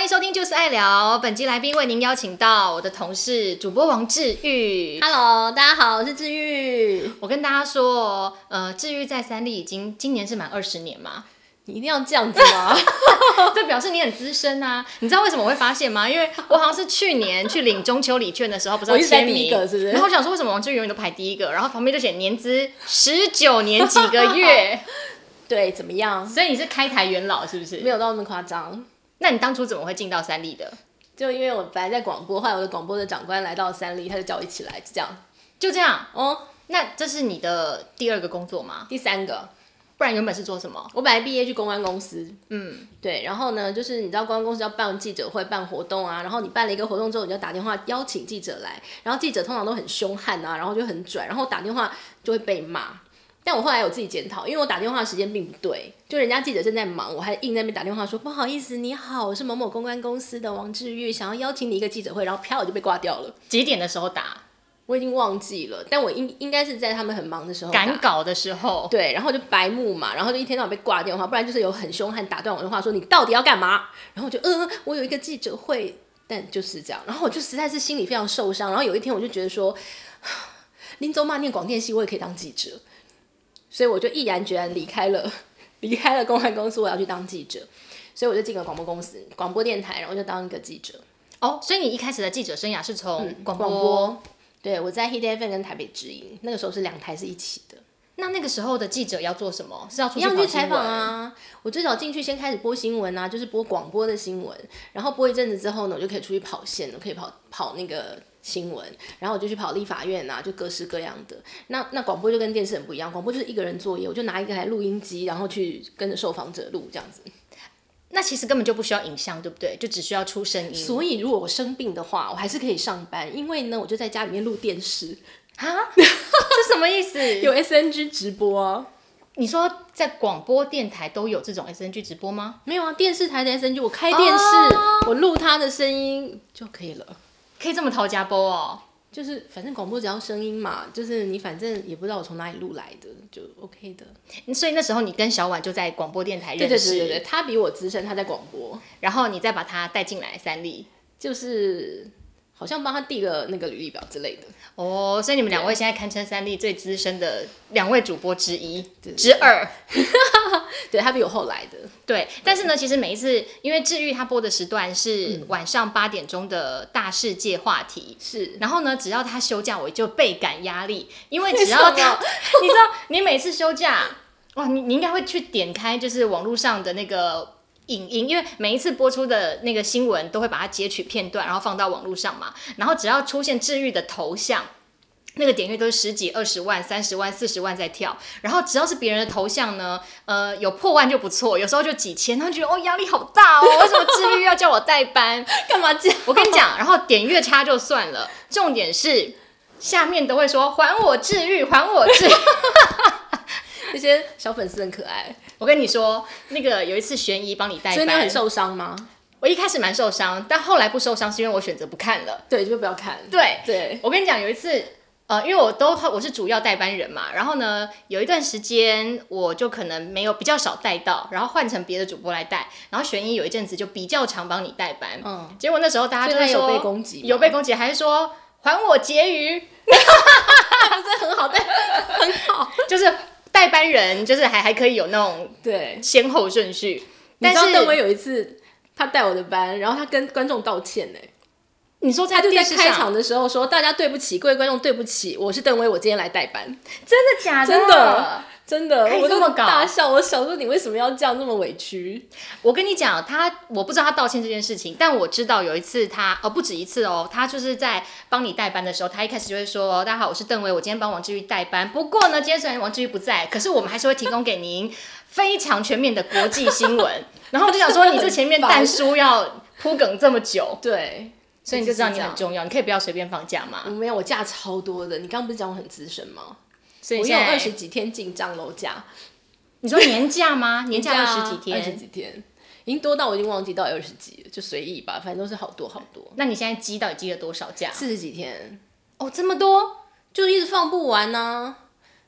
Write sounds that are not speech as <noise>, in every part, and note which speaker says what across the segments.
Speaker 1: 迎收听就是爱聊。本期来宾为您邀请到我的同事主播王志玉。啊
Speaker 2: Hello，大家好，我是治愈。
Speaker 1: 我跟大家说哦，呃，志玉在三立已经今年是满二十年嘛，
Speaker 2: 你一定要这样子吗？
Speaker 1: 这表示你很资深啊。你知道为什么我会发现吗？因为我好像是去年去领中秋礼券的时候，不是要
Speaker 2: 我一直在
Speaker 1: 签名，
Speaker 2: 第一个是不是
Speaker 1: 然后我想说为什么王志玉永远都排第一个，然后旁边就写年资十九年几个月，
Speaker 2: 对，怎么样？
Speaker 1: <laughs> 所以你是开台元老是不
Speaker 2: 没
Speaker 1: 是？
Speaker 2: 有到那么夸张。
Speaker 1: 那你当初怎么会进到三立的？
Speaker 2: 就因为我本来在广播，后来我的广播的长官来到三立，他就叫我一起来，就这样。
Speaker 1: 就这样。
Speaker 2: 哦，
Speaker 1: 那这是你的第二个工作吗？
Speaker 2: 第三个，
Speaker 1: 不然原本是做什么？
Speaker 2: 我本来毕业去公关公司，
Speaker 1: 嗯，
Speaker 2: 对，然后呢，就是你知道公关公司要办记者会、办活动啊，然后你办了一个活动之后，你就打电话邀请记者来，然后记者通常都很凶悍啊，然后就很拽，然后打电话就会被骂。但我后来有自己检讨，因为我打电话时间并不对，就人家记者正在忙，我还硬在那边打电话说不好意思，你好，我是某某公关公司的王志玉，想要邀请你一个记者会，然后啪我就被挂掉了，
Speaker 1: 几点的时候打？
Speaker 2: 我已经忘记了，但我应应该是在他们很忙的时候打
Speaker 1: 赶稿的时候，
Speaker 2: 对，然后就白目嘛，然后就一天到晚被挂电话，不然就是有很凶悍打断我的话说你到底要干嘛？然后我就嗯，我有一个记者会，但就是这样，然后我就实在是心里非常受伤。然后有一天我就觉得说， <sighs> 林走骂念广电系，我也可以当记者，所以我就毅然决然离开了， <laughs> 离开了公关公司，我要去当记者。所以我就进了广播公司、广播电台，然后就当一个记者。
Speaker 1: 哦，所以你一开始的记者生涯是从广播,、
Speaker 2: 嗯广播，对我在 Hit FM 跟台北之音，那个时候是两台是一起的。
Speaker 1: 那那个时候的记者要做什么？是要出
Speaker 2: 一
Speaker 1: 去
Speaker 2: 样
Speaker 1: 跑
Speaker 2: 去
Speaker 1: 新
Speaker 2: 采访
Speaker 1: 闻？
Speaker 2: 啊！我最早进去先开始播新闻啊，就是播广播的新闻，然后播一阵子之后呢，我就可以出去跑线，我可以跑跑那个新闻，然后我就去跑立法院啊，就各式各样的。那那广播就跟电视很不一样，广播就是一个人作业，我就拿一个台录音机，然后去跟着受访者录这样子。
Speaker 1: 那其实根本就不需要影像，对不对？就只需要出声音
Speaker 2: <laughs> 所以如果我生病的话，我还是可以上班，因为呢，我就在家里面录电视，
Speaker 1: 啊？这什么意思？ <laughs>
Speaker 2: 有 SNG 直播
Speaker 1: 哦
Speaker 2: 啊。
Speaker 1: 你说在广播电台都有这种 SNG 直播吗？
Speaker 2: 没有啊，电视台的 SNG，我开电视，
Speaker 1: 哦
Speaker 2: 我录他的声音就可以了。
Speaker 1: 可以这么掏家波哦？
Speaker 2: 就是反正广播只要声音嘛，就是你反正也不知道我从哪里录来的，就 OK 的。
Speaker 1: 所以那时候你跟小婉就在广播电台认
Speaker 2: 对
Speaker 1: 识，
Speaker 2: 对对对对，他比我资深，他在广播，
Speaker 1: 然后你再把她带进来三立。
Speaker 2: 就是好像帮他递了那个履历表之类的。
Speaker 1: 哦，所以你们两位现在堪称三立最资深的两位主播之一之二。
Speaker 2: 对他比我后来的，
Speaker 1: 对，但是呢，其实每一次，因为治愈他播的时段是晚上八点钟的大世界话题。
Speaker 2: 是
Speaker 1: 然后呢，只要他休假，我就倍感压力，因为
Speaker 2: 为
Speaker 1: 只要
Speaker 2: 什
Speaker 1: 他 <laughs>
Speaker 2: 么，
Speaker 1: 你知道，你每次休假，哇，你你应该会去点开就是网络上的那个影音，因为每一次播出的那个新闻都会把它截取片段，然后放到网络上嘛。然后只要出现治愈的头像，那个点阅都是十几、二十万、三十万、四十万在跳，然后只要是别人的头像呢，呃，有破万就不错，有时候就几千，他就觉得哦压力好大哦，为什么治愈要叫我代班？
Speaker 2: <laughs> 干嘛这样？
Speaker 1: 我跟你讲，然后点越差就算了，重点是下面都会说还我治愈，还我治愈。 <laughs>
Speaker 2: 这些小粉丝很可爱，
Speaker 1: 我跟你说，那个有一次悬疑帮你代
Speaker 2: 所以你有
Speaker 1: 班
Speaker 2: 很，受伤吗？
Speaker 1: 我一开始蛮受伤，但后来不受伤是因为我选择不看了。
Speaker 2: 对，就不要看。
Speaker 1: 对
Speaker 2: 对，
Speaker 1: <laughs> 我跟你讲，有一次，呃，因为我都我是主要代班人嘛，然后呢，有一段时间我就可能没有比较少带到，然后换成别的主播来带，然后悬疑有一阵子就比较常帮你代班，
Speaker 2: 嗯，
Speaker 1: 结果那时候大家就
Speaker 2: 所
Speaker 1: 会
Speaker 2: 以他有
Speaker 1: 说
Speaker 2: 被攻击吗
Speaker 1: 有被攻击，还是说还我结余，
Speaker 2: 这很好，但很好。
Speaker 1: <laughs> 就是代班人就是还还可以有那种
Speaker 2: 对，
Speaker 1: 先后顺序，
Speaker 2: 你
Speaker 1: 但
Speaker 2: 知道邓威
Speaker 1: 是
Speaker 2: 有一次他带我的班，然后他跟观众道歉呢、
Speaker 1: 你说
Speaker 2: 他
Speaker 1: 在
Speaker 2: 就在
Speaker 1: 电视
Speaker 2: 开
Speaker 1: 上
Speaker 2: 场的时候说：“大家对不起，各位观众对不起，我是邓威，我今天来代班。”
Speaker 1: 真的假的？
Speaker 2: 真的真的，
Speaker 1: 可以这
Speaker 2: 我都
Speaker 1: 么搞
Speaker 2: 大笑。我想说，你为什么要这样这么委屈？
Speaker 1: 我跟你讲，他我不知道他道歉这件事情，但我知道有一次他哦不止一次哦，他就是在帮你代班的时候，他一开始就会说：“大家好，我是邓威，我今天帮王志玉代班。不过呢，今天虽然王志玉不在，可是我们还是会提供给您非常全面的国际新闻。”然后我就想说，你这前面蛋叔要铺梗这么久，
Speaker 2: 对，
Speaker 1: <laughs> 所以你就知道你很
Speaker 2: 就是这样
Speaker 1: 重要，你可以不要随便放假嘛
Speaker 2: 我。没有，我假超多的。你刚刚不是讲我很资深吗？
Speaker 1: 所以
Speaker 2: 我
Speaker 1: 你
Speaker 2: 有
Speaker 1: 现在
Speaker 2: 二十，几天进账楼假，
Speaker 1: 你说年假吗？年假啊二十几
Speaker 2: 二十
Speaker 1: 天。
Speaker 2: 几天，已经多到我已经忘记到底二十几了，就随意吧，反正都是好多好多，
Speaker 1: 那你现在积到底积了多少假？
Speaker 2: 四十几天
Speaker 1: 哦，这么多，
Speaker 2: 就一直放啊不完呢、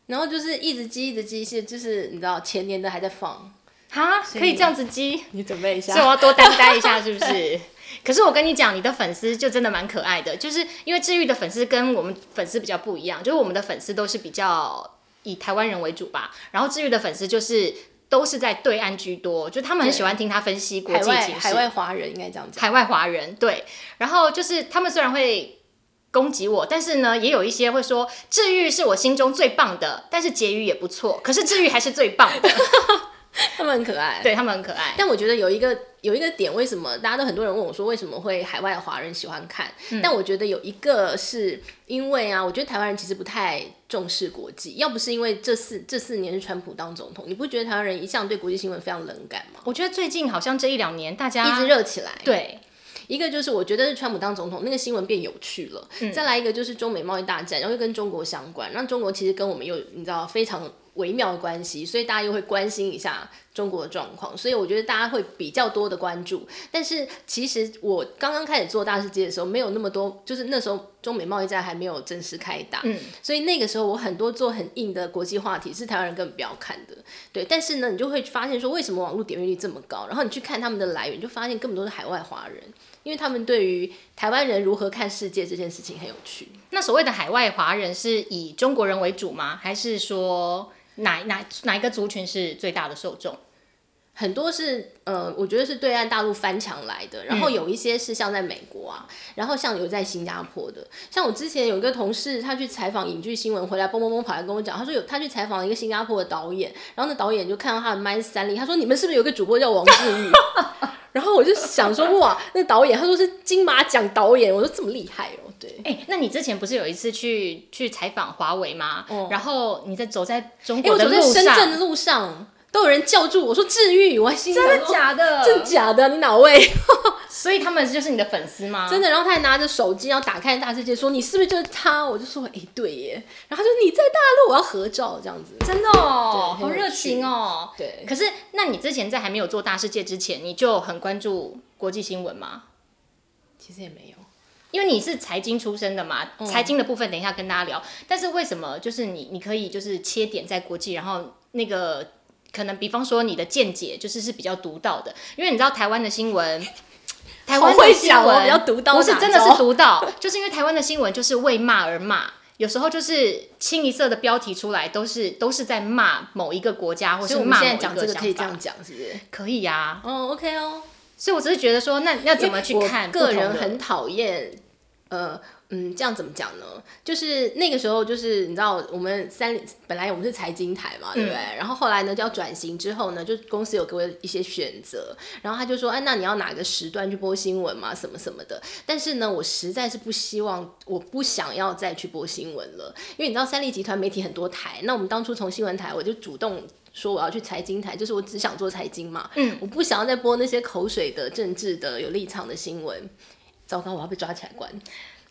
Speaker 2: 然后就是一直积，一直积，是就是你知道前年的还在放，
Speaker 1: 哈，可以这样子激，
Speaker 2: 你准备一下
Speaker 1: 所以我要多担待一
Speaker 2: <laughs>
Speaker 1: 下，是不是？可是我跟你讲，你的粉丝就真的蛮可爱的，就是因为治愈的粉丝跟我们粉丝比较不一样，就是我们的粉丝都是比较以台湾人为主吧，然后治愈的粉丝就是都是在对岸居多，就他们很喜欢听他分析国
Speaker 2: 海
Speaker 1: 际
Speaker 2: 外
Speaker 1: 情势
Speaker 2: 海，外华人应该这样讲，
Speaker 1: 海外华人对，然后就是他们虽然会攻击我，但是呢，也有一些会说治愈是我心中最棒的，但是结语也不错，可是治愈还是最棒
Speaker 2: <laughs>
Speaker 1: 的，
Speaker 2: 他们很可爱。
Speaker 1: 对他们很可爱。
Speaker 2: 但我觉得有一个有一个点，为什么大家都很多人问我说为什么会海外的华人喜欢看？但我觉得有一个是因为啊，我觉得台湾人其实不太重视国际，要不是因为这四这四年是川普当总统，你不觉得台湾人一向对国际新闻非常冷感吗？
Speaker 1: 我觉得最近好像这一两年大
Speaker 2: 一直
Speaker 1: 家
Speaker 2: 热起来，
Speaker 1: 啊对
Speaker 2: 一个就是我觉得是川普当总统那个新闻变有趣了，再来一个就是中美贸易大战，然后又跟中国相关，那中国其实跟我们又你知道非常微妙的关系，所以大家又会关心一下中国的状况，所以我觉得大家会比较多的关注。但是其实我刚刚开始做大世界的时候，没有那么多，就是那时候中美贸易战还没有正式开打，
Speaker 1: 嗯
Speaker 2: 所以那个时候我很多做很硬的国际话题是台湾人根本不要看的，对。但是呢，你就会发现说为什么网络点阅率这么高，然后你去看他们的来源，你就发现根本都是海外华人。因为他们对于台湾人如何看世界这件事情很有趣。
Speaker 1: 那所谓的海外华人是以中国人为主吗？还是说哪哪哪一个族群是最大的受众？
Speaker 2: 很多是呃，我觉得是对岸大陆翻墙来的，然
Speaker 1: 嗯
Speaker 2: 后有一些是像在美国啊，然后像有在新加坡的。像我之前有一个同事，他去采访影剧新闻回来，蹦蹦蹦跑来跟我讲，他说有他去采访一个新加坡的导演，然后那导演就看到他的麦三立，他说你们是不是有个主播叫王志宇？ <laughs> 然后我就想说哇，那导演他说是金马奖导演，我说这么厉害哦，对。
Speaker 1: 哎、那你之前不是有一次去去采访华为吗？
Speaker 2: 哦
Speaker 1: 然后你在走在中
Speaker 2: 因为
Speaker 1: 国
Speaker 2: 我
Speaker 1: 的
Speaker 2: 走
Speaker 1: 路
Speaker 2: 在
Speaker 1: 上，
Speaker 2: 深圳的路上，都有人叫住我说治愈，我还心想
Speaker 1: 真的
Speaker 2: 说
Speaker 1: 假的？
Speaker 2: <laughs> 真假的？你哪位？
Speaker 1: 所以他们就是你的粉丝吗？
Speaker 2: <laughs> 真的，然后他还拿着手机，然后打开大世界，说你是不是就是他？我就说哎、对耶。然后他说你在大陆，我要合照这样子。
Speaker 1: 真的哦，
Speaker 2: 对
Speaker 1: 好
Speaker 2: 很有
Speaker 1: 热情哦。
Speaker 2: 对，
Speaker 1: 可是，那你之前在还没有做大世界之前，你就很关注国际新闻吗？
Speaker 2: 其实也没有，
Speaker 1: 因为你是财经出身的嘛，
Speaker 2: 嗯
Speaker 1: 财经的部分等一下跟大家聊。但是为什么就是你你可以就是切点在国际，然后那个可能比方说你的见解就是是比较独到的，因为你知道台湾的新
Speaker 2: <laughs>
Speaker 1: 闻。台湾
Speaker 2: 好
Speaker 1: 的
Speaker 2: 会
Speaker 1: 新
Speaker 2: 讲哦
Speaker 1: 闻
Speaker 2: 比较独到
Speaker 1: 不是
Speaker 2: 哪
Speaker 1: 真的
Speaker 2: 招
Speaker 1: 是独到，就是因为台湾的新闻就是为骂而骂，有时候就是清一色的标题出来都是都是在骂某一个国家或
Speaker 2: 所
Speaker 1: 是
Speaker 2: 以我们
Speaker 1: 骂
Speaker 2: 现
Speaker 1: 某
Speaker 2: 在
Speaker 1: 一
Speaker 2: 讲
Speaker 1: 个
Speaker 2: 这个可
Speaker 1: 想
Speaker 2: 以这
Speaker 1: 法
Speaker 2: 样，讲，是不是？
Speaker 1: 可以呀、
Speaker 2: 哦，OK 哦。
Speaker 1: 所以我只是觉得说，那要怎么去
Speaker 2: 因为
Speaker 1: 看
Speaker 2: 我
Speaker 1: 不
Speaker 2: 个
Speaker 1: 同的？
Speaker 2: 人很讨厌，呃，嗯，这样怎么讲呢？就是那个时候，就是你知道，我们三里本来我们是财经台嘛，对不对？然后后来呢，就要转型之后呢，就公司有给我一些选择，然后他就说，哎，那你要哪个时段去播新闻嘛，什么什么的。但是呢，我实在是不希望，我不想要再去播新闻了，因为你知道三立集团媒体很多台，那我们当初从新闻台我就主动。说我要去财经台，就是我只想做财经嘛，嗯，我不想要再播那些口水的、政治的、有立场的新闻。糟糕，我要被抓起来关， <laughs>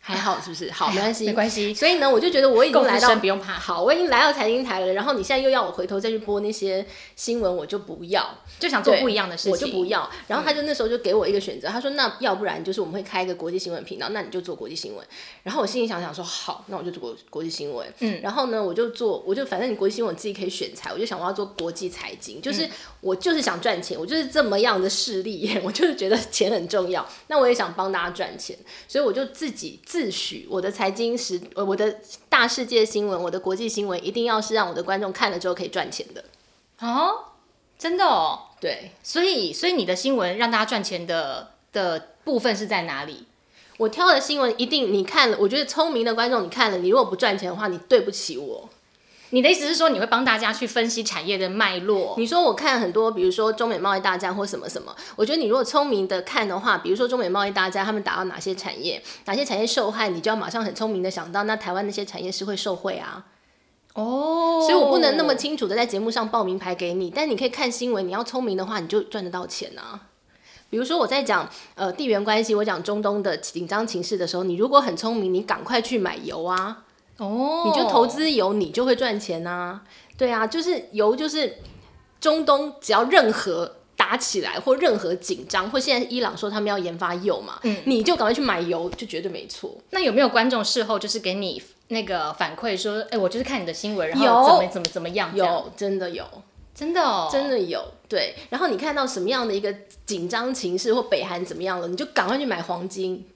Speaker 2: 还好是不 <laughs> 是？好，没关系，
Speaker 1: 没关系
Speaker 2: 所以呢，我就觉得我已经
Speaker 1: 够
Speaker 2: 来
Speaker 1: 资
Speaker 2: 到
Speaker 1: 深，不用怕。
Speaker 2: 好，我已经来到财经台了，然后你现在又要我回头再去播那些新闻，我就不要。
Speaker 1: 就想做
Speaker 2: 对
Speaker 1: 不一样的事情，嗯
Speaker 2: 我就不要。然后他就那时候就给我一个选择，他说那要不然就是我们会开一个国际新闻频道，那你就做国际新闻。然后我心里想想说好，那我就做国国际新闻。嗯，然后呢，我就做，我就反正你国际新闻我自己可以选材，我就想我要做国际财经，就是、
Speaker 1: 嗯
Speaker 2: 我就是想赚钱，我就是这么样的势利， <laughs> 我就是觉得钱很重要，那我也想帮大家赚钱，所以我就自己自诩我的财经时，呃我的大世界新闻，我的国际新闻一定要是让我的观众看了之后可以赚钱的，
Speaker 1: 哦，真的哦。
Speaker 2: 对。
Speaker 1: 所以，所以你的新闻让大家赚钱的的部分是在哪里？
Speaker 2: 我挑的新闻一定你看了，我觉得聪明的观众你看了，你如果不赚钱的话，你对不起我。
Speaker 1: 你的意思是说，你会帮大家去分析产业的脉络？
Speaker 2: 你说我看很多，比如说中美贸易大战或什么什么，我觉得你如果聪明的看的话，比如说中美贸易大战，他们打到哪些产业，哪些产业受害，你就要马上很聪明的想到，那台湾那些产业是会受惠啊。
Speaker 1: 哦，
Speaker 2: 所以我不能那么清楚的在节目上报名牌给你，但你可以看新闻，你要聪明的话，你就赚得到钱啊。比如说我在讲呃地缘关系，我讲中东的紧张情势的时候，你如果很聪明，你赶快去买油啊。
Speaker 1: 哦，
Speaker 2: 你就投。资油，你就会赚钱呐、对啊，就是油，就是中东只要任何打起来或任何紧张，或现在伊朗说他们要研发铀嘛，
Speaker 1: 嗯
Speaker 2: 你就赶快去买油，就绝对没错。
Speaker 1: 那有没有观众事后就是给你那个反馈说，哎、我就是看你的新闻，然
Speaker 2: 有
Speaker 1: 后怎么怎么怎么样这样？
Speaker 2: 有，真的有。
Speaker 1: 真的哦，
Speaker 2: 真的有对。然后你看到什么样的一个紧张情势或北韩怎么样了，你就赶快去买黄金，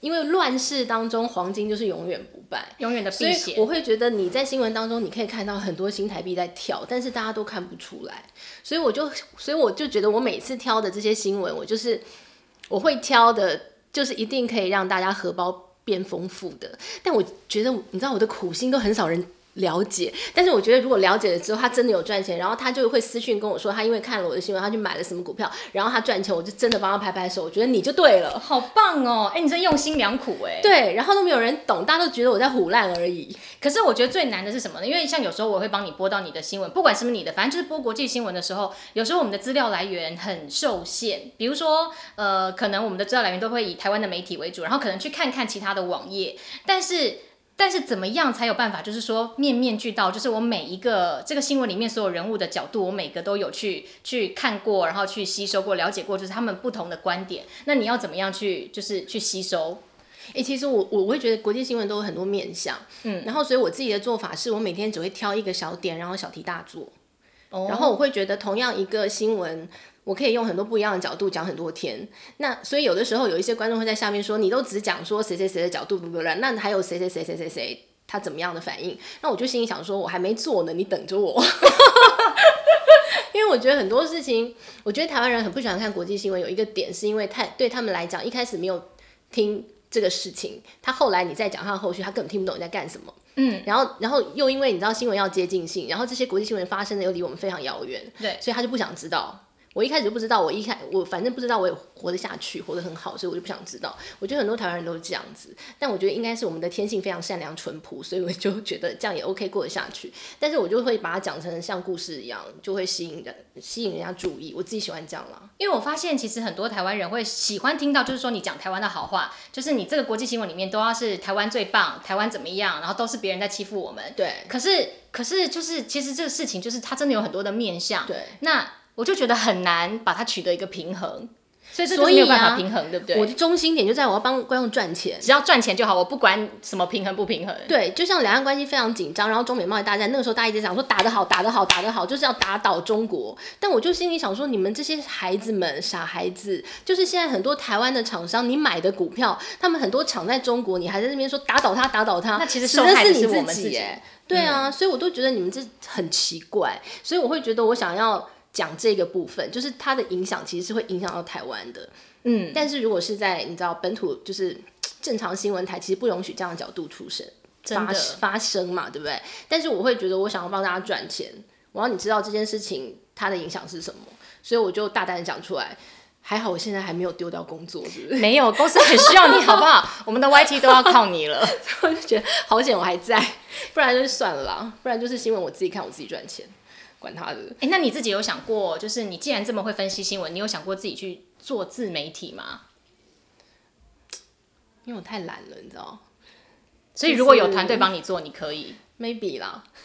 Speaker 2: 因为乱世当中黄金就是永远不败。
Speaker 1: 永远的
Speaker 2: 所
Speaker 1: 避
Speaker 2: 以
Speaker 1: 险。
Speaker 2: 我会觉得你在新闻当中，你可以看到很多新台币在跳，但是大家都看不出来。所以我就，所以我就觉得我每次挑的这些新闻，我就是我会挑的，就是一定可以让大家荷包变丰富的。但我觉得，你知道我的苦心都很少人。了解，但是我觉得如果了解了之后，他真的有赚钱，然后他就会私讯跟我说，他因为看了我的新闻，他去买了什么股票，然后他赚钱，我就真的帮他拍拍手，我觉得你就对了，
Speaker 1: 好棒哦！哎、你真用心良苦哎。
Speaker 2: 对，然后都没有人懂，大家都觉得我在胡乱而已。
Speaker 1: 可是我觉得最难的是什么呢？因为像有时候我会帮你播到你的新闻，不管是不是你的，反正就是播国际新闻的时候，有时候我们的资料来源很受限。比如说，呃，可能我们的资料来源都会以台湾的媒体为主，然后可能去看看其他的网页，但是。但是怎么样才有办法？就是说面面俱到，就是我每一个这个新闻里面所有人物的角度，我每个都有去去看过，然后去吸收过、了解过，就是他们不同的观点。那你要怎么样去就是去吸收？
Speaker 2: 哎、其实我我会觉得国际新闻都有很多面向，嗯，然后所以我自己的做法是我每天只会挑一个小点，然后小题大做，
Speaker 1: 哦
Speaker 2: 然后我会觉得同样一个新闻，我可以用很多不一样的角度讲很多天。那所以有的时候有一些观众会在下面说，你都只讲说谁谁谁的角度，不不不，那还有谁谁谁谁谁谁他怎么样的反应？那我就心里想说，我还没做呢，你等着我。 <laughs> 因为我觉得很多事情，我觉得台湾人很不喜欢看国际新闻，有一个点是因为太对他们来讲，一开始没有听这个事情，他后来你再讲他的后续，他根本听不懂你在干什么。嗯，然后然后又因为你知道新闻要接近性，然后这些国际新闻发生的又离我们非常遥远，
Speaker 1: 对
Speaker 2: 所以他就不想知道。我一开始就不知道，我一开我反正不知道我也活得下去，活得很好，所以我就不想知道。我觉得很多台湾人都是这样子，但我觉得应该是我们的天性非常善良淳朴，所以我就觉得这样也 OK 过得下去。但是我就会把它讲成像故事一样，就会吸引人吸引人家注意。我自己喜欢这样啦。
Speaker 1: 因为我发现，其实很多台湾人会喜欢听到，就是说你讲台湾的好话，就是你这个国际新闻里面都要是台湾最棒，台湾怎么样，然后都是别人在欺负我们。
Speaker 2: 对
Speaker 1: 可是，可是就是其实这个事情，就是它真的有很多的面向。
Speaker 2: 对，
Speaker 1: 那我就觉得很难把它取得一个平衡，所以这就
Speaker 2: 所
Speaker 1: 是
Speaker 2: 以
Speaker 1: 没有办
Speaker 2: 啊
Speaker 1: 法平衡，对不
Speaker 2: 我
Speaker 1: 对？
Speaker 2: 的中心点就在我要帮观众赚钱。
Speaker 1: 只要赚钱就好，我不管什么平衡不平衡。
Speaker 2: 对，就像两岸关系非常紧张，然后中美贸易大战，那个时候大家一直讲说打得好，打得好，打得好，就是要打倒中国。但我就心里想说，你们这些孩子们，傻孩子，就是现在很多台湾的厂商，你买的股票，他们很多厂在中国，你还在那边说打倒他，打倒他，
Speaker 1: 那其实
Speaker 2: 死
Speaker 1: 受
Speaker 2: 的
Speaker 1: 害
Speaker 2: 是
Speaker 1: 的
Speaker 2: 你
Speaker 1: 是我们自己
Speaker 2: 己
Speaker 1: 嗯
Speaker 2: 耶。对啊，所以我都觉得你们这很奇怪，所以我会觉得我想要讲这个部分，就是它的影响其实是会影响到台湾的。
Speaker 1: 嗯，
Speaker 2: 但是如果是在你知道本土就是正常新闻台，其实不容许这样的角度出生
Speaker 1: 真
Speaker 2: 发
Speaker 1: 的
Speaker 2: 发生嘛，对不对？但是我会觉得我想要帮大家赚钱，我要你知道这件事情它的影响是什么，所以我就大胆地讲出来。还好我现在还没有丢掉工作，是不是？ <laughs>
Speaker 1: 没有，公司很需要你，好不好？我们的 YT 都要靠你了。
Speaker 2: 我就觉得好险我还在，不然就算了啦，不然就是新闻我自己看，我自己赚钱，管他的。
Speaker 1: 哎、那你自己有想过，就是你既然这么会分析新闻，你有想过自己去做自媒体吗？
Speaker 2: 因为我太懒了，你知道
Speaker 1: 所以如果有
Speaker 2: 就是
Speaker 1: 团队帮你做，你可以。
Speaker 2: ？maybe 啦。 <laughs>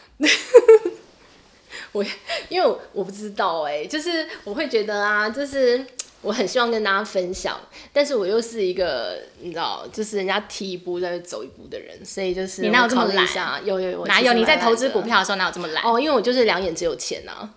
Speaker 2: 我因为我我不知道哎、就是我会觉得啊，就是我很希望跟大家分享，但是我又是一个你知道，就是人家踢一步再走一步的人，所以就是
Speaker 1: 你哪有
Speaker 2: 我
Speaker 1: 这么
Speaker 2: 考虑一
Speaker 1: 懒
Speaker 2: 下？有有有，我
Speaker 1: 哪
Speaker 2: 其实
Speaker 1: 有你
Speaker 2: 蛮
Speaker 1: 在投
Speaker 2: 懒
Speaker 1: 资
Speaker 2: 的
Speaker 1: 股票的时候哪有这么懒？
Speaker 2: 哦？因为我就是两眼只有钱呐、啊。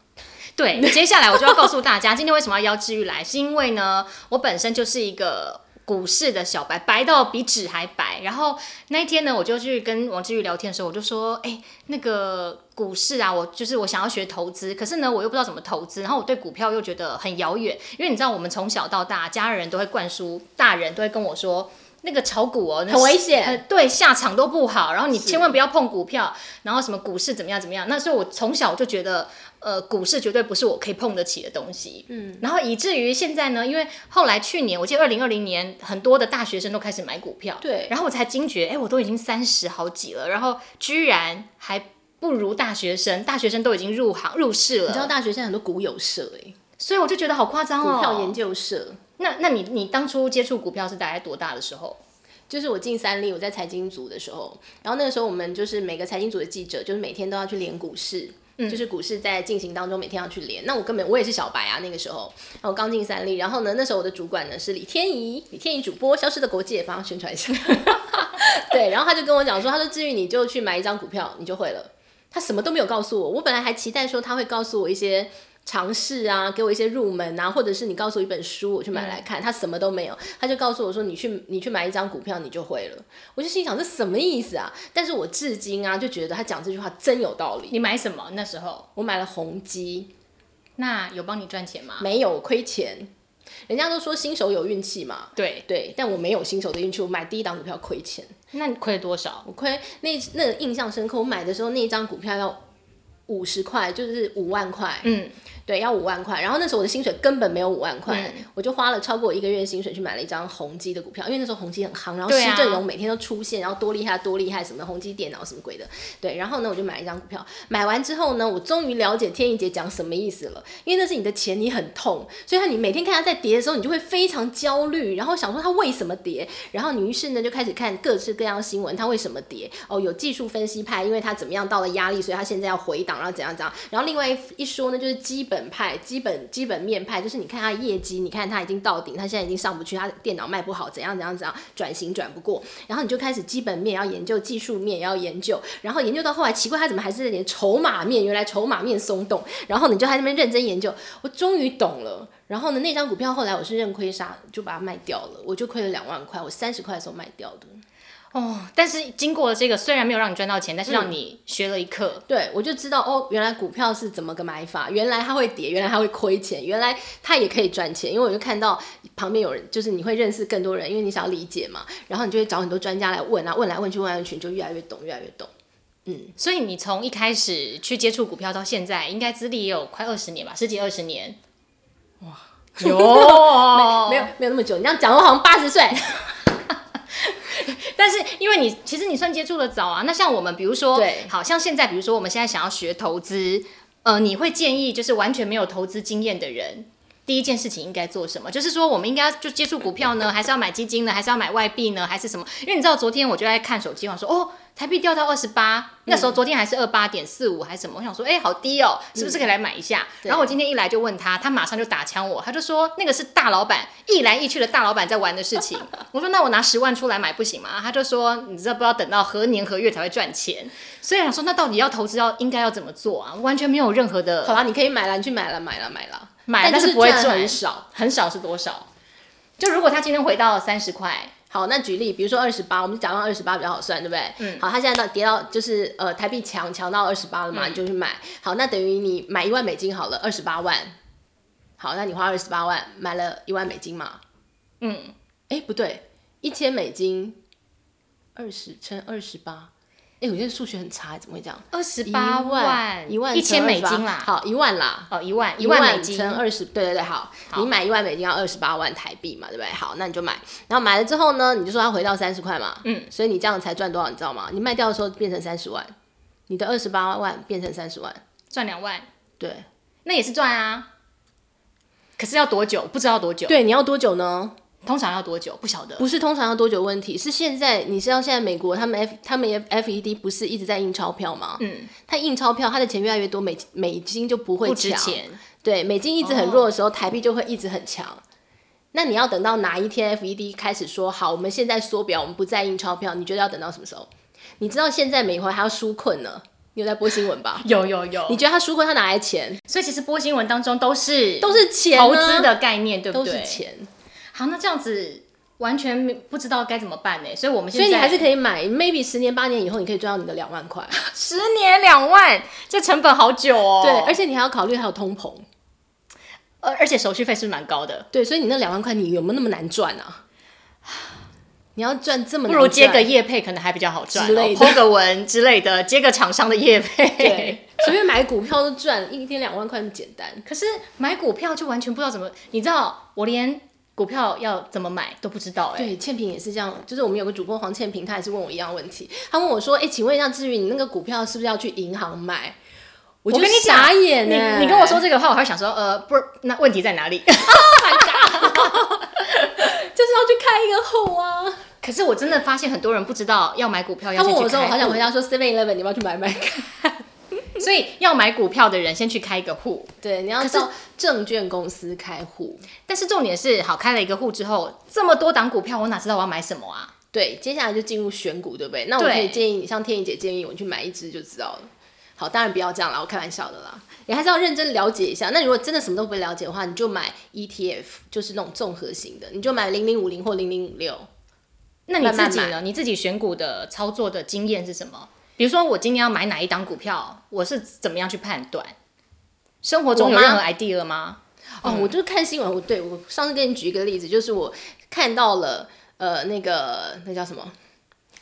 Speaker 1: 对，接下来我就要告诉大家，今天为什么要邀治愈来，是因为呢，我本身就是一个。股市的小白，白到比纸还白。然后那一天呢，我就去跟王志宇聊天的时候，我就说：“哎、那个股市啊，我就是我想要学投资，可是呢，我又不知道怎么投资。然后我对股票又觉得很遥远，因为你知道，我们从小到大，家人都会灌输，大人都会跟我说，那个炒股哦，那
Speaker 2: 很危险
Speaker 1: 呃对，下场都不好。然后你千万不要碰股票，然后什么股市怎么样怎么样。那所以我从小就觉得，呃，股市绝对不是我可以碰得起的东西。嗯，然后以至于现在呢，因为后来去年，我记得二零二零年，很多的大学生都开始买股票，
Speaker 2: 对
Speaker 1: 然后我才惊觉，哎，我都已经三十好几了，然后居然还。不如大学生，大学生都已经入行入市
Speaker 2: 你知道
Speaker 1: 了，
Speaker 2: 大学现在很多股友社哎、
Speaker 1: 所以我就觉得好夸张哦。
Speaker 2: 股票研究社，
Speaker 1: 那那你你当初接触股票是大概多大的时候？
Speaker 2: 就是我进三立，我在财经组的时候，然后那个时候我们就是每个财经组的记者，就是每天都要去连股市。就是股市在进行当中，每天要去连。那我根本我也是小白啊，那个时候，然后刚进三立，然后呢，那时候我的主管呢是李天怡，李天怡主播，消失的国际也帮他 <laughs> 宣传一下。对，然后他就跟我讲说，他说至于你就去买一张股票，你就会了。他什么都没有告诉我。我本来还期待说他会告诉我一些尝试啊，给我一些入门啊，或者是你告诉我一本书，我去买来看。他什么都没有，他就告诉我说你去你去买一张股票，你就会了。我就心想这什么意思啊？但是我至今啊就觉得他讲这句话真有道理。
Speaker 1: 你买什么那时候？
Speaker 2: 我买了宏基，
Speaker 1: 那有帮你赚钱吗？
Speaker 2: 没有亏钱。人家都说新手有运气嘛，
Speaker 1: 对，
Speaker 2: 对，但我没有新手的运气，我买第一档股票亏钱。
Speaker 1: 那你亏了多少？
Speaker 2: 我亏那那个印象深刻，我买的时候那一张股票要五十块，就是五万块，
Speaker 1: 嗯，
Speaker 2: 对，要五万块。然后那时候我的薪水根本没有五万块，
Speaker 1: 嗯
Speaker 2: 我就花了超过一个月的薪水去买了一张宏基的股票，因为那时候宏基很夯，然后
Speaker 1: 对
Speaker 2: 施
Speaker 1: 啊
Speaker 2: 正荣每天都出现，然后多厉害多厉害什么宏基电脑什么鬼的，对。然后呢，我就买了一张股票，买完之后呢，我终于了解天意姐讲什么意思了，因为那是你的钱，你很痛，所以你每天看它在跌的时候，你就会非常焦虑，然后想说它为什么跌，然后你于是呢就开始看各式各样的新闻，它为什么跌？哦，有技术分析派，因为它怎么样到了压力，所以它现在要回档，然后怎样怎样。然后另外一一说呢，就是基本派、基本基本面派，就是你看它的业绩，你看它已经到顶，它现在已经上不去，它电脑卖不好，怎样怎样怎样，转型转不过。然后你就开始基本面要研究，技术面也要研究，然后研究到后来，奇怪它怎么还是连筹码面，原来筹码面松动，然后你就在那边认真研究，我终于懂了。然后呢，那张股票后来我是认亏杀，就把它卖掉了，我就亏了两万块，我三十块的时候卖掉的。
Speaker 1: 哦，但是经过了这个，虽然没有让你赚到钱，但是
Speaker 2: 嗯
Speaker 1: 让你学了一课。
Speaker 2: 对，我就知道哦，原来股票是怎么个买法，原来它会跌，原来它会亏钱，原来它也可以赚钱。因为我就看到旁边有人，就是你会认识更多人，因为你想要理解嘛，然后你就会找很多专家来问啊，问来问去，问来问去，你就越来越懂，越来越懂。
Speaker 1: 所以你从一开始去接触股票到现在，应该资历也有快二十年吧，十几二十年。 <laughs> 哇，有
Speaker 2: 没有？没有那么久，你这样讲我哦好像八十岁。
Speaker 1: 但是因为你其实你算接触的早啊，那像我们比如说，
Speaker 2: 对
Speaker 1: 好像现在比如说我们现在想要学投资，呃，你会建议就是完全没有投资经验的人。第一件事情应该做什么？就是说，我们应该就接触股票呢，还是要买基金呢，还是要买外币呢，还是什么？因为你知道，昨天我就在看手机，我想说，哦，台币掉到二十八，那时候昨天还是二八点四五还是什么？我想说，哎、好低哦，是不是可以来买一下？然后我今天一来就问他，他马上就打枪我，他就说那个是大老板一来一去的大老板在玩的事情。我说那我拿十万出来买不行吗？他就说你知道不知道等到何年何月才会赚钱？所以我想说那到底要投资要应该要怎么做啊？完全没有任何
Speaker 2: 好
Speaker 1: 的
Speaker 2: 啦，你可以买啦，你去买啦，买啦，买啦，
Speaker 1: 买
Speaker 2: <laughs> 但
Speaker 1: 但
Speaker 2: 啊就是
Speaker 1: 不会
Speaker 2: 赚
Speaker 1: 赚
Speaker 2: 很少。
Speaker 1: 很少是多少？就如果他今天回到三十块，
Speaker 2: 好，那举例，比如说二十八，我们就假装二十八比较好算，对不对？嗯。好，它现在到跌到就是呃台币强强到二十八了
Speaker 1: 嗯
Speaker 2: 嘛，你就去买。好，那等于你买一万美金好了，二十八万。好，那你花二十八万买了一万美金嘛？
Speaker 1: 嗯，
Speaker 2: 哎，不对，一千美金，二十乘二十八。哎，我现在数学很差，怎么会这样？
Speaker 1: 二十八万
Speaker 2: 一万
Speaker 1: 一千
Speaker 2: 乘
Speaker 1: 美
Speaker 2: 28
Speaker 1: 金啦，
Speaker 2: 好，一万啦。
Speaker 1: 哦一万
Speaker 2: 一
Speaker 1: 一万美
Speaker 2: 万
Speaker 1: 金
Speaker 2: 乘二十，对对对，好，你买一万美金要二十八万台币嘛，对不对？好，那你就买，然后买了之后呢，你就说它回到三十块嘛，
Speaker 1: 嗯，
Speaker 2: 所以你这样才赚多少，你知道吗？你卖掉的时候变成三十万，你的二十八万变成三十万，
Speaker 1: 赚两万，
Speaker 2: 对
Speaker 1: 那也是赚啊。可是要多久？不知道多久，
Speaker 2: 对，你要多久呢？
Speaker 1: 通常要多久？不晓得。
Speaker 2: 不是通常要多久问题，是现在你知道现在美国他们 F 他们也 FED 不是一直在印钞票吗？
Speaker 1: 嗯，
Speaker 2: 他印钞票，他的钱越来越多，美美金就不会
Speaker 1: 不值
Speaker 2: 强，
Speaker 1: 钱。
Speaker 2: 对，美金一直很弱
Speaker 1: 哦
Speaker 2: 的时候，台币就会一直很强。那你要等到哪一天 FED 开始说好，我们现在缩表，我们不再印钞票？你觉得要等到什么时候？你知道现在美国还要纾困呢？你有在播新闻吧？
Speaker 1: 有有有
Speaker 2: 你觉得他纾困他哪来钱？
Speaker 1: 所以其实播新闻当中都是
Speaker 2: 都是钱、啊，
Speaker 1: 投资的概念，对不
Speaker 2: 都是
Speaker 1: 对？
Speaker 2: 钱，
Speaker 1: 好，那这样子完全没不知道该怎么办欸呢，所以我们现在
Speaker 2: 所以你还是可以买，maybe 十年八年以后你可以赚到你的两万块。
Speaker 1: 十年两万，这成本好久哦。
Speaker 2: 对，而且你还要考虑还有通膨。
Speaker 1: 而而且手续费是不是蛮高的，
Speaker 2: 对，所以你那两万块你有没有那么难赚啊？你要赚这么
Speaker 1: 不
Speaker 2: 难
Speaker 1: 如接
Speaker 2: 赚
Speaker 1: 个业配可能还比较好赚、
Speaker 2: 之
Speaker 1: 哦
Speaker 2: 类，的
Speaker 1: 抛个文之类的，接个厂商的业 <laughs> 配。
Speaker 2: 对，随便买股票都赚一天两万块那么简单。
Speaker 1: 可是买股票就完全不知道怎么，你知道我连股票要怎么买都不知道哎。
Speaker 2: 对，倩萍也是这样，就是我们有个主播黄倩萍，她也是问我一样的问题，她问我说：“哎、请问一下志宇，你那个股票是不是要去银行买？”我
Speaker 1: 我
Speaker 2: 就
Speaker 1: 跟你讲
Speaker 2: 傻眼欸呢、
Speaker 1: 你你跟我说这个话，我还想说，呃，不，那问题在哪里？
Speaker 2: 就是要去开一个户啊。
Speaker 1: <laughs> 可是我真的发现很多人不知道要买股票
Speaker 2: 她
Speaker 1: 要
Speaker 2: 问
Speaker 1: 先
Speaker 2: 我
Speaker 1: 去
Speaker 2: 说：“我
Speaker 1: 开
Speaker 2: 好想
Speaker 1: 户
Speaker 2: 回答说 Seven Eleven，你要不要去买买看。
Speaker 1: 所以要买股票的人先去开一个户，”
Speaker 2: 对，你要
Speaker 1: 可是
Speaker 2: 到证券公司开户。
Speaker 1: 但是重点是，好开了一个户之后，这么多档股票，我哪知道我要买什么啊？
Speaker 2: 对，接下来就进入选股，对不对？那我
Speaker 1: 对
Speaker 2: 可以建议你，像天怡姐建议我去买一只就知道了。好，当然不要这样啦，我开玩笑的啦。你还是要认真了解一下。那如果真的什么都不了解的话，你就买 ETF，就是那种综合型的，你就买零零五零或零零五六。
Speaker 1: 那你自己
Speaker 2: 慢慢
Speaker 1: 呢？你自己选股的操作的经验是什么？比如说，我今天要买哪一档股票，我是怎么样去判断？生活中有
Speaker 2: 我吗
Speaker 1: 任何 idea 吗？
Speaker 2: 哦，我就看新闻，我对我上次跟你举一个例子，就是我看到了呃那个那叫什么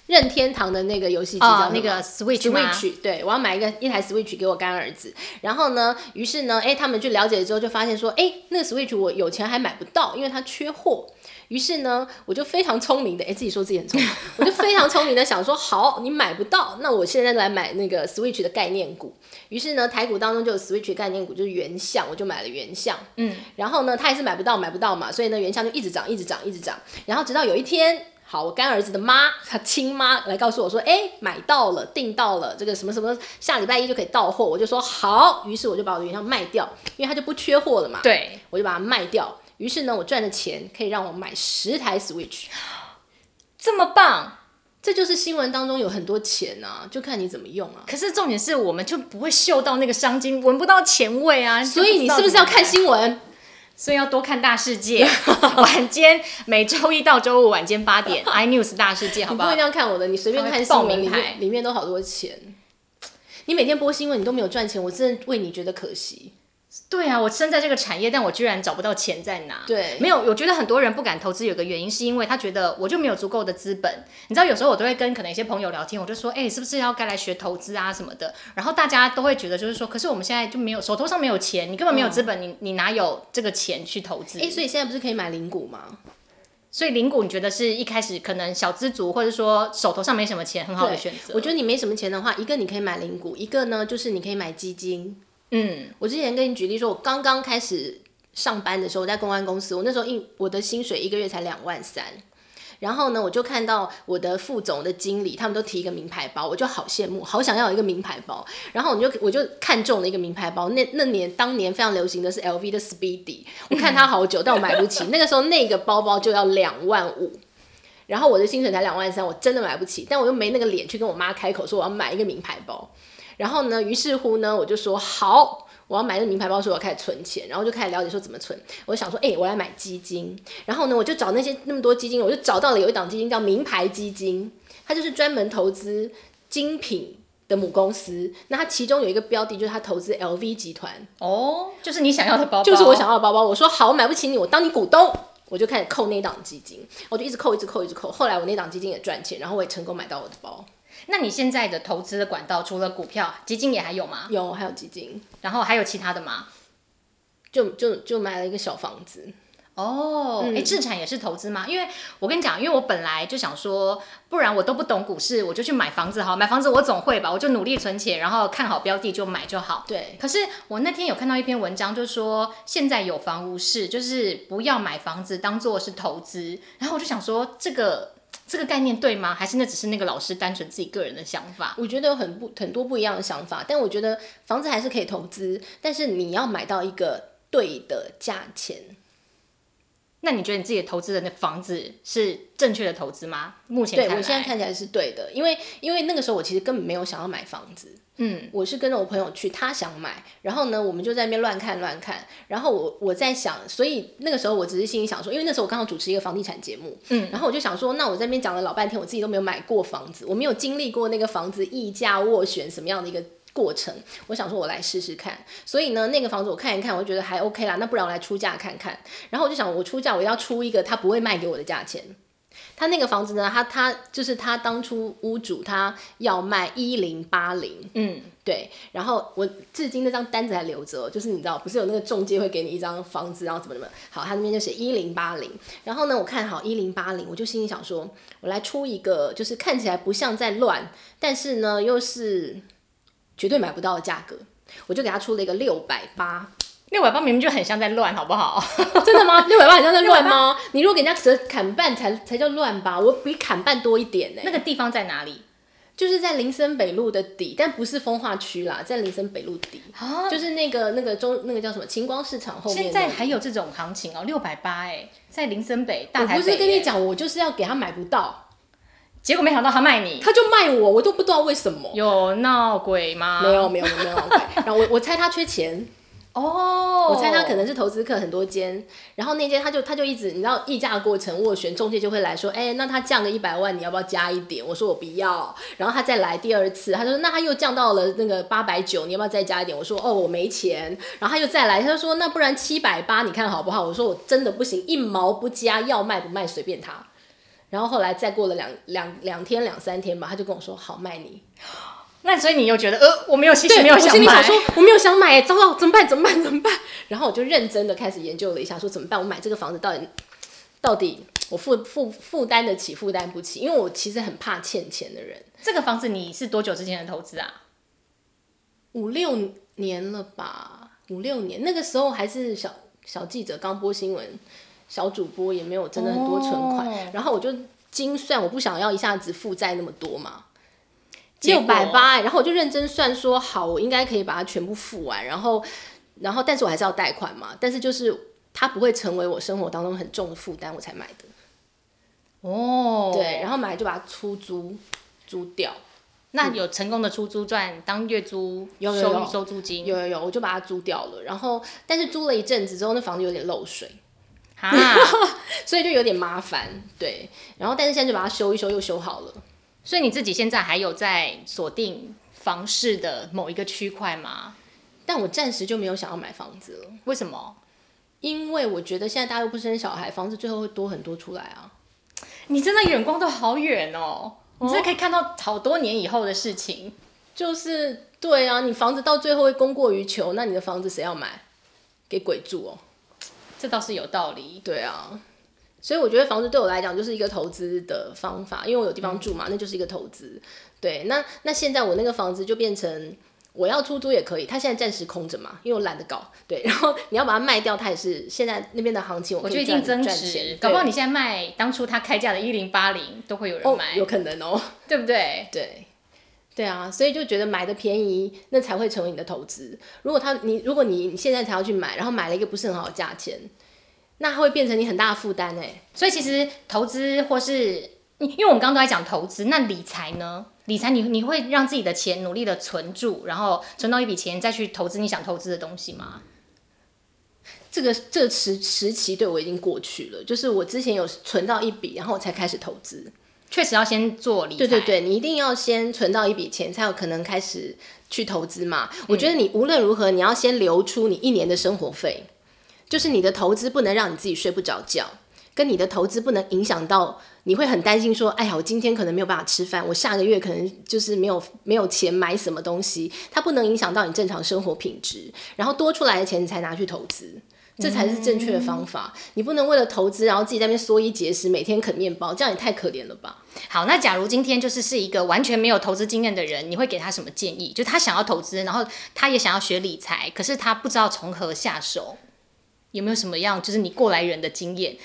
Speaker 2: 任天堂的那个游戏机叫
Speaker 1: 啊
Speaker 2: 什，么
Speaker 1: 那个 Switch 吗
Speaker 2: Switch，对我要买一个一台 Switch 给我干儿子。然后呢，于是呢，哎，他们去了解了之后，就发现说，哎，那个 Switch 我有钱还买不到，因为它缺货。于是呢，我就非常聪明的，哎，自己说自己
Speaker 1: <laughs>
Speaker 2: 很聪明，我就非常聪明的想说，好，你买不到，那我现在来买那个 Switch 的概念股。于是呢，台股当中就有 Switch 概念股，就是原相，我就买了原相。
Speaker 1: 嗯，
Speaker 2: 然后呢，他也是买不到，买不到嘛，所以呢，原相就一直涨，一直涨，一直涨。然后直到有一天，好，我干儿子的妈，他亲妈来告诉我说，哎，买到了，订到了，这个什么什么，下礼拜一就可以到货。我就说好，于是我就把我的原相卖掉，因为它就不缺货了嘛。，
Speaker 1: 对，
Speaker 2: 我就把它卖掉。于是呢，我赚的钱可以让我买十台 Switch，
Speaker 1: 这么棒。
Speaker 2: 这就是新闻当中有很多钱啊，就看你怎么用啊。
Speaker 1: 可是重点是我们就不会嗅到那个商机，闻不到前味啊。
Speaker 2: 所以你
Speaker 1: 就是
Speaker 2: 不
Speaker 1: 知
Speaker 2: 是
Speaker 1: 道
Speaker 2: 要
Speaker 1: 怎么
Speaker 2: 看新闻？
Speaker 1: 所以要多看大世界。
Speaker 2: <laughs>
Speaker 1: 晚间每周一到周五晚间八点 <laughs> ，iNews 大世界，好
Speaker 2: 你
Speaker 1: 不
Speaker 2: 不一
Speaker 1: 好
Speaker 2: 定？要看我的，你随便
Speaker 1: 它会
Speaker 2: 看新
Speaker 1: 报
Speaker 2: 闻里
Speaker 1: 名牌
Speaker 2: 面里面都好多钱。你每天播新闻，你都没有赚钱，我真的为你觉得可惜。
Speaker 1: 对啊，我身在这个产业，但我居然找不到钱在哪。
Speaker 2: 对
Speaker 1: 没有，我觉得很多人不敢投资，有个原因是因为他觉得我就没有足够的资本。你知道，有时候我都会跟可能一些朋友聊天，我就说，哎、是不是要该来学投资啊什么的？然后大家都会觉得就是说，可是我们现在就没有手头上没有钱，你根本没有
Speaker 2: 嗯
Speaker 1: 资本，你你哪有这个钱去投资？
Speaker 2: 哎、所以现在不是可以买零股吗？
Speaker 1: 所以零股你觉得是一开始可能小资族或者说手头上没什么钱很好的选择？
Speaker 2: 我觉得你没什么钱的话，一个你可以买零股，一个呢就是你可以买基金。
Speaker 1: 嗯，
Speaker 2: 我之前跟你举例说，我刚刚开始上班的时候，我在公安公司，我那时候一我的薪水一个月才两万三。然后呢，我就看到我的副总、我的经理，他们都提一个名牌包，我就好羡慕，好想要有一个名牌包。然后我就我就看中了一个名牌包，那那年当年非常流行的是 LV 的 Speedy，我看它好久，但我买不起。那个时候那个包包就要两万五，然后我的薪水才两万三，我真的买不起，但我又没那个脸去跟我妈开口说我要买一个名牌包。然后呢，于是乎呢，我就说好。我要买那个名牌包，所以我要开始存钱，然后就开始了解说怎么存。我就想说，哎、我来买基金。然后呢，我就找那些那么多基金，我就找到了有一档基金叫名牌基金，它就是专门投资精品的母公司。那它其中有一个标的就是它投资 LV 集团，
Speaker 1: 哦，就是你想要的包包，
Speaker 2: 就是我想要的包包。我说好，我买不起你，我当你股东，我就开始扣那档基金，我就一直扣，一直扣，一直扣。后来我那档基金也赚钱，然后我也成功买到我的包，
Speaker 1: 那你现在的投资的管道除了股票、基金也还有吗？
Speaker 2: 有还有基金，
Speaker 1: 然后还有其他的吗？
Speaker 2: 就就就买了一个小房子。
Speaker 1: 哦，哎、置产也是投资吗？因为我跟你讲，因为我本来就想说，不然我都不懂股市，我就去买房子好，买房子我总会吧，我就努力存钱，然后看好标的就买就好。
Speaker 2: 对，
Speaker 1: 可是我那天有看到一篇文章，就说现在有房无市，就是不要买房子当做是投资。然后我就想说，这个这个概念对吗？还是那只是那个老师单纯自己个人的想法？
Speaker 2: 我觉得有很不很多不一样的想法，但我觉得房子还是可以投资，但是你要买到一个对的价钱。
Speaker 1: 那你觉得你自己投资的那房子是正确的投资吗？目前
Speaker 2: 对
Speaker 1: 看
Speaker 2: 我现在
Speaker 1: 来
Speaker 2: 看起来是对的，因为因为那个时候我其实根本没有想要买房子，
Speaker 1: 嗯，
Speaker 2: 我是跟着我朋友去，他想买，然后呢，我们就在那边乱看乱看，然后我我在想，所以那个时候我只是心里想说，因为那时候我刚好主持一个房地产节目，嗯，然后我就想说，那我在那边讲了老半天，我自己都没有买过房子，我没有经历过那个房子议价斡旋什么样的一个。过程，我想说，我来试试看。所以呢，那个房子我看一看，我觉得还 OK 啦。那不然我来出价看看。然后我就想，我出价我要出一个他不会卖给我的价钱。他那个房子呢，他他就是他当初屋主他要卖一零八零，
Speaker 1: 嗯，
Speaker 2: 对，然后我至今那张单子还留着哦，就是你知道，不是有那个中介会给你一张房子，然后怎么怎么，好，他那边就写一零八零，然后呢，我看好一零八零，我就心里想说，我来出一个，就是看起来不像在乱，但是呢又是绝对买不到的价格，我就给他出了一个六百八，
Speaker 1: 六百八明明就很像在乱，好不好？
Speaker 2: 真的吗？ <laughs> 六百八很像在乱吗？你如果给人家折砍半才才叫乱吧，我比砍半多一点呢、
Speaker 1: 那个地方在哪里？
Speaker 2: 就是在林森北路的底，但不是风化区啦，在林森北路底。
Speaker 1: 啊，
Speaker 2: 就是那个那个中那个叫什么晴光市场后面
Speaker 1: 现
Speaker 2: 那个。
Speaker 1: 在还有这种行情哦，六百八哎，在林森北大
Speaker 2: 我
Speaker 1: 台北、
Speaker 2: 不是跟你，讲，我就是要给他买不到，
Speaker 1: 结果没想到他卖你，
Speaker 2: 他就卖我，我都不知道为什么。
Speaker 1: 有闹鬼吗？
Speaker 2: 没有没有没有没有，然后我我猜他缺钱，
Speaker 1: 哦，
Speaker 2: 我猜他可能是投资客很多间，然后那间他就他就一直你知道议价过程斡旋，中介就会来说，哎、那他降个一百万，你要不要加一点？我说我不要，然后他再来第二次，他说那他又降到了那个八百九，你要不要再加一点？我说哦我没钱，然后他又再来，他就说那不然七百八，你看好不好？我说我真的不行，一毛不加，要卖不卖随便他。然后后来再过了两两两天两三天吧，他就跟我说好卖你，
Speaker 1: 那所以你又觉得呃，我没有其实
Speaker 2: 对，
Speaker 1: 没有
Speaker 2: 我
Speaker 1: 想
Speaker 2: 心里
Speaker 1: 买
Speaker 2: 想，说我没有想买、哎糟糕，怎么办？怎么办？怎么办？然后我就认真的开始研究了一下，说怎么办？我买这个房子到底到底我负负负担得起，负担不起？因为我其实很怕欠钱的人，
Speaker 1: 这个房子你是多久之前的投资啊？
Speaker 2: 五六年了吧，五六年那个时候还是小小记者，刚播新闻，小主播也没有真的很多存款，
Speaker 1: 哦
Speaker 2: 然后我就精算，我不想要一下子负债那么多嘛。
Speaker 1: 结
Speaker 2: 六
Speaker 1: 果
Speaker 2: 百八，然后我就认真算说，好，我应该可以把它全部付完，然后，然后，但是我还是要贷款嘛，但是就是它不会成为我生活当中很重的负担，我才买的。
Speaker 1: 哦，
Speaker 2: 对，，然后买来就把它出租，租掉。
Speaker 1: 那有成功的出租赚当月租
Speaker 2: 有有
Speaker 1: 收
Speaker 2: 有
Speaker 1: 收租金
Speaker 2: 有有有，我就把它租掉了。然后，但是租了一阵子之后，那房子有点漏水， <laughs>
Speaker 1: 哈，
Speaker 2: 所以就有点麻烦。对，然后但是现在就把它修一修，又修好了。
Speaker 1: 所以你自己现在还有在锁定房市的某一个区块吗？
Speaker 2: 但我暂时就没有想要买房子了，
Speaker 1: 为什么？
Speaker 2: 因为我觉得现在大家又不生小孩，房子最后会多很多出来啊。
Speaker 1: 你真的眼光都好远哦，你真的可以看到好多年以后的事情。
Speaker 2: 就是对啊，你房子到最后会供过于求，那你的房子谁要买？给鬼住哦。
Speaker 1: 这倒是有道理，
Speaker 2: 对啊，所以我觉得房子对我来讲就是一个投资的方法，因为我有地方住嘛，
Speaker 1: 嗯
Speaker 2: 那就是一个投资。对，那那现在我那个房子就变成我要出租也可以，它现在暂时空着嘛，因为我懒得搞。对，然后你要把它卖掉，它也是现在那边的行情，我
Speaker 1: 我
Speaker 2: 可
Speaker 1: 觉得
Speaker 2: 以
Speaker 1: 一
Speaker 2: 赚
Speaker 1: 定增
Speaker 2: 赚
Speaker 1: 值
Speaker 2: 钱，，
Speaker 1: 搞不好
Speaker 2: 对
Speaker 1: 你现在卖当初它开价的一零八零都会有人
Speaker 2: 哦
Speaker 1: 买，
Speaker 2: 有可能哦。
Speaker 1: 对不对？
Speaker 2: 对，对啊，所以就觉得买的便宜，那才会成为你的投资。如果他你如果你你现在才要去买，然后买了一个不是很好的价钱，那它会变成你很大的负担哎。
Speaker 1: 所以其实投资或是因因为我们刚刚都在讲投资，那理财呢？理财你你会让自己的钱努力的存住，然后存到一笔钱再去投资你想投资的东西吗？
Speaker 2: 这个这个时时期对我已经过去了，就是我之前有存到一笔，然后我才开始投资。
Speaker 1: 确实要先做理财，
Speaker 2: 对对对，你一定要先存到一笔钱，才有可能开始去投资嘛。我觉得你无论如何，你要先留出你一年的生活费，就是你的投资不能让你自己睡不着觉，跟你的投资不能影响到你会很担心说，哎呀，我今天可能没有办法吃饭，我下个月可能就是没有没有钱买什么东西，它不能影响到你正常生活品质，然后多出来的钱你才拿去投资。这才是正确的方法。你不能为了投资，然后自己在那边缩衣节食，每天啃面包，这样也太可怜了吧？
Speaker 1: 好，那假如今天就是是一个完全没有投资经验的人，你会给他什么建议？就他想要投资，然后他也想要学理财，可是他不知道从何下手，有没有什么样就是你过来人的经验？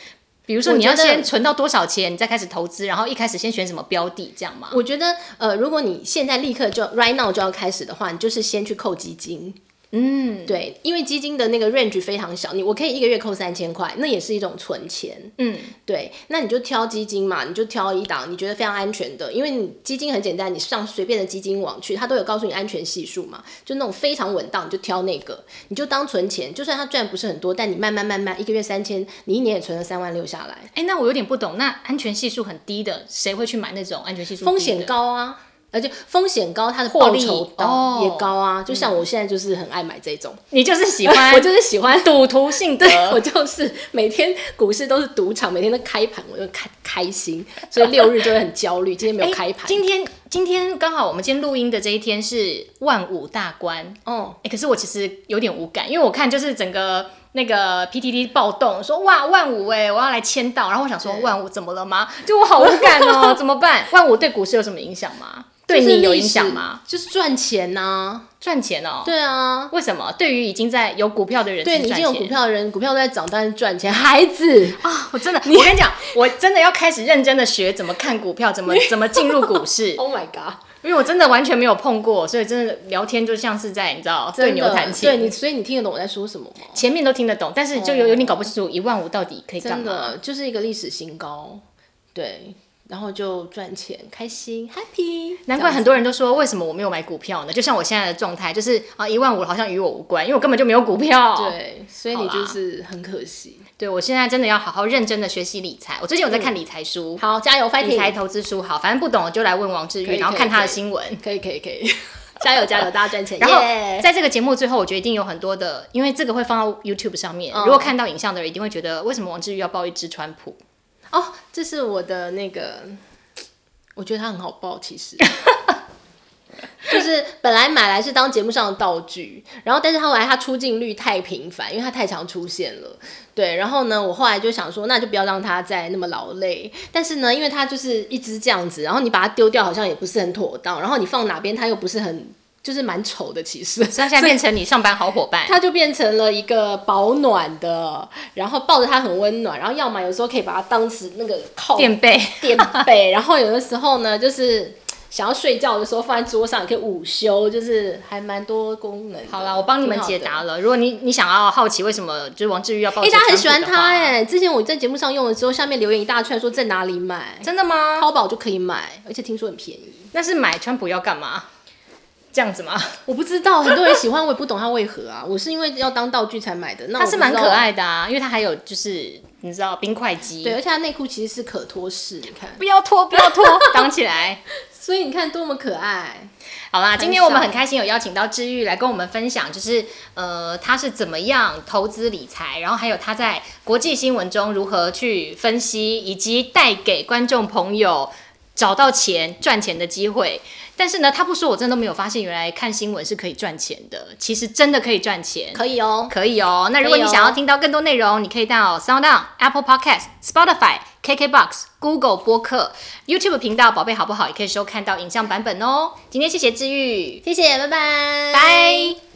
Speaker 1: 比如说
Speaker 2: 我
Speaker 1: 你要
Speaker 2: 觉得
Speaker 1: 先存到多少钱，你再开始投资，然后一开始先选什么标的，这样吗？
Speaker 2: 我觉得，呃，如果你现在立刻就 right now 就要开始的话，你就是先去扣基金。嗯，对，因为基金的那个 range 非常小，你我可以一个月扣三千块，那也是一种存钱。
Speaker 1: 嗯，
Speaker 2: 对，那你就挑基金嘛，你就挑一档你觉得非常安全的，因为你基金很简单，你上随便的基金网去，它都有告诉你安全系数嘛，就那种非常稳当，你就挑那个，你就当存钱，就算它赚不是很多，但你慢慢慢慢一个月三千，你一年也存了三万六下来，
Speaker 1: 哎、那我有点不懂，那安全系数很低的，谁会去买那种安全系数
Speaker 2: 风
Speaker 1: 低的
Speaker 2: 险？高啊，而且风险高，它的
Speaker 1: 获
Speaker 2: 报
Speaker 1: 利
Speaker 2: 酬
Speaker 1: 哦
Speaker 2: 高也高啊。就像我现在就是很爱买这种，
Speaker 1: 你就是喜欢， <laughs>
Speaker 2: <laughs> 我就是喜欢。呃
Speaker 1: 赌徒性格。
Speaker 2: 我就是每天股市都是赌场，每天都开盘，我就开开心，所以六日就会很焦虑。哎今天没有开盘，
Speaker 1: 哎今天今天刚好我们今天录音的这一天是万五大关，
Speaker 2: 哦，
Speaker 1: 哎、可是我其实有点无感，因为我看就是整个那个 PTT 暴动，说哇万五哎、我要来签到，然后我想说
Speaker 2: 对
Speaker 1: 万五怎么了吗？就我好无感哦， <laughs> 怎么办？万五对股市有什么影响吗？对
Speaker 2: 就是
Speaker 1: 你有
Speaker 2: 历
Speaker 1: 影响
Speaker 2: 史
Speaker 1: 吗？？
Speaker 2: 就是赚钱呐、
Speaker 1: 赚钱哦，
Speaker 2: 对啊，
Speaker 1: 为什么？对于已经在有股票的人
Speaker 2: 对
Speaker 1: 是
Speaker 2: 你已
Speaker 1: 赚
Speaker 2: 经有
Speaker 1: 钱
Speaker 2: 股票的人，股票都在涨，但是赚钱，孩子，
Speaker 1: 啊，我
Speaker 2: <laughs>
Speaker 1: 真的，我跟你讲，我真的要开始认真的学怎么看股票，怎么怎么进入股
Speaker 2: <laughs>
Speaker 1: 市，
Speaker 2: ，Oh my god！
Speaker 1: 因为我真的完全没有碰过，所以真的聊天就像是在你知道对
Speaker 2: 真
Speaker 1: 牛
Speaker 2: 的
Speaker 1: 弹琴，
Speaker 2: 对你，所以你听得懂我在说什么吗？
Speaker 1: 前面都听得懂，但是就有有点搞不清楚一万五到底可以干
Speaker 2: 真
Speaker 1: 嘛。
Speaker 2: 的就是一个历史新高，对，然后就赚钱，开心，happy。
Speaker 1: 难怪很多人都说，为什么我没有买股票呢？就像我现在的状态，就是啊，一万五好像与我无关，因为我根本就没有股票。
Speaker 2: 这样子对，所以
Speaker 1: 好
Speaker 2: 你
Speaker 1: 啦
Speaker 2: 就是很可惜。
Speaker 1: 对，我现在真的要好好认真的学习理财。我最近有在看理财书、
Speaker 2: 好，加油
Speaker 1: 理财
Speaker 2: ，fighting！
Speaker 1: 投资书，好，反正不懂的就来问王志
Speaker 2: 可
Speaker 1: 玉，
Speaker 2: 以
Speaker 1: 然后
Speaker 2: 可以
Speaker 1: 看他的
Speaker 2: 可以
Speaker 1: 新闻。
Speaker 2: 可以，可以，
Speaker 1: <laughs>
Speaker 2: 可以，加油，加油，大家赚钱。
Speaker 1: 然后
Speaker 2: 耶
Speaker 1: 在这个节目最后，我决定有很多的，因为这个会放到 YouTube 上面。如果看到影像的人，一定会觉得为什么王志玉要抱一只川普？
Speaker 2: 哦，这是我的那个，我觉得它很好抱，其实。就是本来买来是当节目上的道具，然后但是后来它出镜率太频繁，因为它太常出现了，对。然后呢，我后来就想说，那就不要让它再那么劳累。但是呢，因为它就是一只这样子，然后你把它丢掉好像也不是很妥当，然后你放哪边它又不是很，就是蛮丑的，其实。
Speaker 1: 所
Speaker 2: <laughs>
Speaker 1: 以他现在变成你上班好伙伴。
Speaker 2: 它就变成了一个保暖的，然后抱着它很温暖，然后要么有时候可以把它当时那个靠
Speaker 1: 垫背，
Speaker 2: 垫背， <laughs> 然后有的时候呢，就是想要睡觉的时候放在桌上，也可以午休，就是还蛮多功能的。
Speaker 1: 好了，我帮你们解答
Speaker 2: 了。
Speaker 1: 了。如果你你想要好奇为什么就是王志玉要抱
Speaker 2: 哎、
Speaker 1: 一只
Speaker 2: 大
Speaker 1: 川
Speaker 2: 家
Speaker 1: 普
Speaker 2: 很喜欢
Speaker 1: 的
Speaker 2: 它
Speaker 1: 话，
Speaker 2: 哎、之前我在节目上用了之后，下面留言一大串说在哪里买，
Speaker 1: 真的吗？
Speaker 2: 淘宝就可以买，而且听说很便宜。
Speaker 1: 那是买川普要干嘛？这样 <laughs> 子吗？
Speaker 2: 我不知道，很多人喜欢，我也不懂它为何啊。我是因为要当道具才买的，那
Speaker 1: 它
Speaker 2: 它
Speaker 1: 是蛮可。爱的啊，因为它还有就是你知道冰块机，
Speaker 2: 对，，而且它内裤其实是可脱式，你看，
Speaker 1: 不要脱，不要 <laughs> 脱，挡起来。
Speaker 2: 所以你看多么可爱。
Speaker 1: 好啦，
Speaker 2: 很
Speaker 1: 今天我们
Speaker 2: 少
Speaker 1: 很开心有邀请到治愈来跟我们分享，就是呃他是怎么样投资理财，然后还有他在国际新闻中如何去分析，以及带给观众朋友找到钱赚钱的机会。但是呢，他不说，我真的都没有发现，原来看新闻是可以赚钱的，其实真的可以赚钱。
Speaker 2: 可以哦，
Speaker 1: 可以哦。那如果你
Speaker 2: 可以哦
Speaker 1: 想要听到更多内容，你可以到 Sound On、Apple Podcast、Spotify、KKBox、Google 播客、YouTube 频道“宝贝好不好”，也可以收看到影像版本哦。今天谢谢治愈，
Speaker 2: 谢谢，拜拜，
Speaker 1: 拜。